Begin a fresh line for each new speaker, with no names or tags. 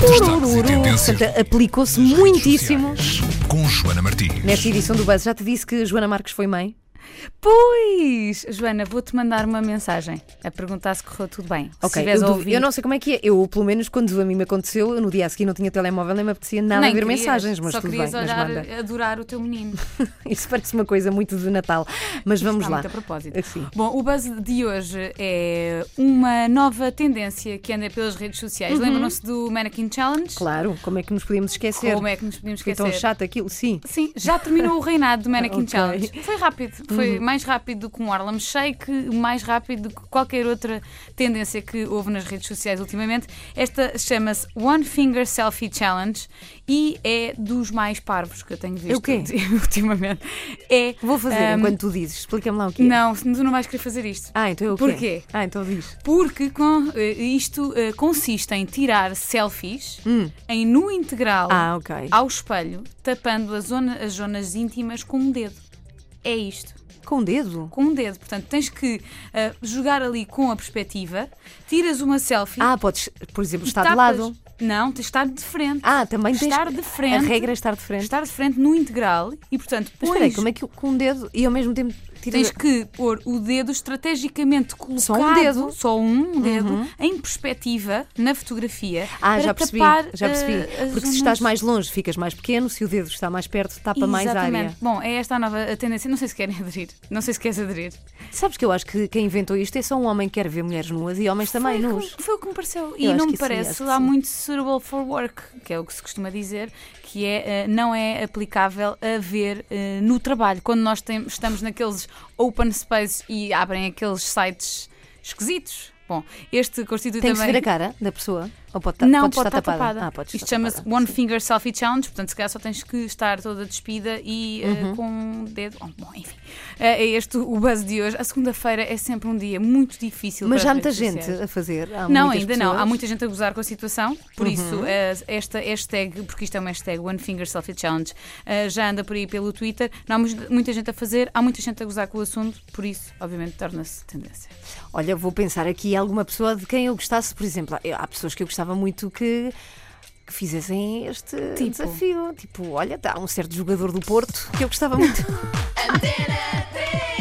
Destaques e tendências.
Portanto, aplicou-se
nas redes
muitíssimo
sociais, Com Joana Martins.
nesta edição do Buzz. Já te disse que Joana Marques foi mãe?
Pois! Joana, vou-te mandar uma mensagem a perguntar se correu tudo bem. se
eu,
tiveres a
duvi-
ouvir.
eu não sei como é que é. Eu, pelo menos, quando a mim me aconteceu, eu no dia a seguir não tinha telemóvel, nem me apetecia nada
Nem
ver
querias,
mensagens, mas
Só
tudo bem.
querias
Mas
olhar,
manda.
adorar o teu menino.
Isso parece uma coisa muito de Natal. Mas vamos
Está
lá.
muito a propósito.
Assim.
Bom, o buzz de hoje é uma nova tendência que anda pelas redes sociais. Lembram-se do Mannequin Challenge?
Uhum. Claro, como é que nos podíamos esquecer?
Como é que nos podíamos
Foi
esquecer?
tão chato aquilo, sim.
Sim, já terminou o reinado do
Ok.
Mannequin
Uhum.
Challenge. Foi rápido, foi mais rápido do que um Harlem Shake, mais rápido do que qualquer outra tendência que houve nas redes sociais ultimamente. Esta chama-se One Finger Selfie Challenge e é dos mais parvos que eu tenho visto
É o quê?
ultimamente. É,
Vou fazer
ahm,
enquanto tu dizes. Explica-me lá o que é.
Não, tu não vais querer fazer isto.
Ah, então eu
Porquê?
Ah, então diz.
Porque com- eh, isto eh, consiste em tirar selfies em nu integral
Hum. Ah, ok.
ao espelho, tapando a zona- as zonas íntimas com um dedo. É isto.
Com o dedo?
Com um dedo. Portanto, tens que ah, jogar ali com a perspectiva, tiras uma selfie.
Ah, podes, por exemplo,
e
estar de
tapas.
lado.
Não, tens de estar de frente.
Ah, também tens.
estar de
A
frente.
regra é estar de frente.
Estar de frente no integral e, portanto,
Mas espera aí,
pões,
como é que eu- com um dedo e ao mesmo tempo tira...
tens que pôr o dedo estrategicamente colocado,
Só um dedo?
só um dedo, em perspectiva, na fotografia,
Ah,
para
já percebi,
tapar
já percebi.
ah, as
Porque
zonas-
se estás mais longe, ficas mais pequeno, se o dedo está mais perto, tapa mais a
Exatamente.
área.
Bom, é esta a nova a tendência. Não sei se querem aderir. Não sei se queres aderir.
Sabes que eu acho que quem inventou isto é só um homem que quer ver mulheres nuas e homens também
foi, o
nus.
que- foi o que me pareceu.
Eu
E
acho
não
que
me
sim,
parece
acho que
lá
sim.
muito suitable for work, que é o que se costuma dizer, que é eh, não é aplicável a ver eh, no trabalho. Quando nós tem- estamos naqueles open spaces e abrem aqueles sites esquisitos. Bom, este constitui
Tem que se
também.
ver a cara da pessoa? Ou pode, ta-
Não,
pode,
pode
estar tapada? Ah, pode
Isto
estar
chama-se
tapada.
One Finger Selfie Challenge, portanto, se calhar só tens que estar toda despida e eh,
Uhum.
com um dedo. Oh, bom, enfim. Eh, é este o buzz de hoje. A segunda-feira é sempre um dia muito difícil
Mas
para
já há
as
muita
redes
gente
sociais.
a fazer. Há
Não,
muitas
ainda não.
pessoas. Uhum.
Há muita gente a gozar com a situação. Por isso, eh, esta hashtag, porque isto é uma hashtag One Finger Selfie Challenge, eh, já anda por aí pelo Twitter. Não há mu- muita gente a fazer, há muita gente a gozar com o assunto, por isso, obviamente, torna-se tendência.
Olha, vou pensar aqui alguma pessoa de quem eu gostasse, por exemplo. eu- Há pessoas que eu gostava muito que, que fizessem este
Tipo?
desafio. Tipo, olha, há um certo jogador do Porto que eu gostava muito.
Antena 3.